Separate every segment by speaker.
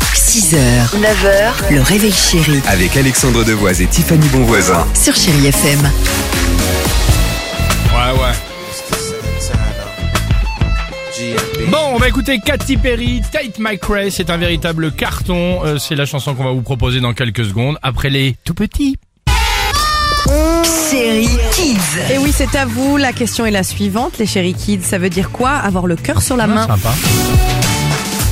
Speaker 1: 6h, 9h, le réveil chéri
Speaker 2: Avec Alexandre Devoise et Tiffany Bonvoisin.
Speaker 1: sur Chéri FM.
Speaker 3: Ouais, ouais. Bon, on va écouter Katy Perry, Tate My Cray, c'est un véritable carton. Euh, c'est la chanson qu'on va vous proposer dans quelques secondes, après les tout petits.
Speaker 1: Chéri Kids.
Speaker 4: Et oui, c'est à vous. La question est la suivante, les chéri kids. Ça veut dire quoi avoir le cœur sur la main
Speaker 3: Sympa.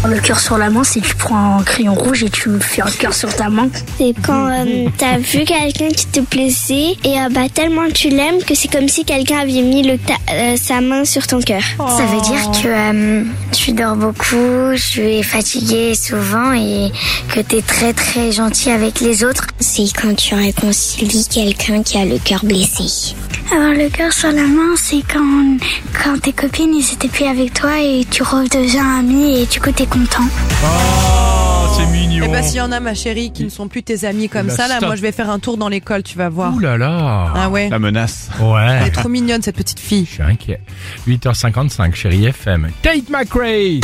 Speaker 5: Le cœur sur la main, c'est tu prends un crayon rouge et tu fais un cœur sur ta main.
Speaker 6: C'est quand euh, t'as vu quelqu'un qui te plaisait et euh, bah, tellement tu l'aimes que c'est comme si quelqu'un avait mis le ta- euh, sa main sur ton cœur.
Speaker 5: Ça veut dire que euh, tu dors beaucoup, tu es fatigué souvent et que tu es très très gentil avec les autres.
Speaker 6: C'est quand tu réconcilies quelqu'un qui a le cœur blessé.
Speaker 5: Avoir le cœur sur la main, c'est quand, quand tes copines ils étaient plus avec toi et tu redeviens ami et du coup t'es content.
Speaker 3: Oh, c'est mignon.
Speaker 4: Eh ben, s'il y en a, ma chérie, qui ne sont plus tes amis comme
Speaker 3: Oula,
Speaker 4: ça, là,
Speaker 3: stop.
Speaker 4: moi, je vais faire un tour dans l'école, tu vas voir.
Speaker 3: Ouh là là.
Speaker 4: Ah ouais.
Speaker 7: La menace.
Speaker 4: Elle est
Speaker 3: Ouais.
Speaker 4: trop mignonne, cette petite fille.
Speaker 3: Je suis inquiet. 8h55, chérie FM. Tate McRae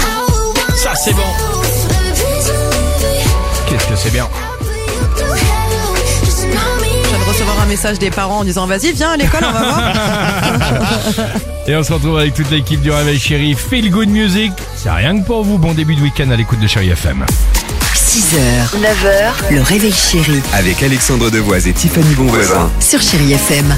Speaker 3: Ça, c'est bon. Qu'est-ce que c'est bien.
Speaker 4: Je viens de recevoir un message des parents en disant, vas-y, viens à l'école, on va voir.
Speaker 3: Et on se retrouve avec toute l'équipe du Réveil Chéri. Feel Good Music. C'est rien que pour vous. Bon début de week-end à l'écoute de Chéri FM.
Speaker 1: 6h, 9h, le réveil chéri
Speaker 2: Avec Alexandre Devoise et Tiffany Bonvoisin.
Speaker 1: sur Chéri FM.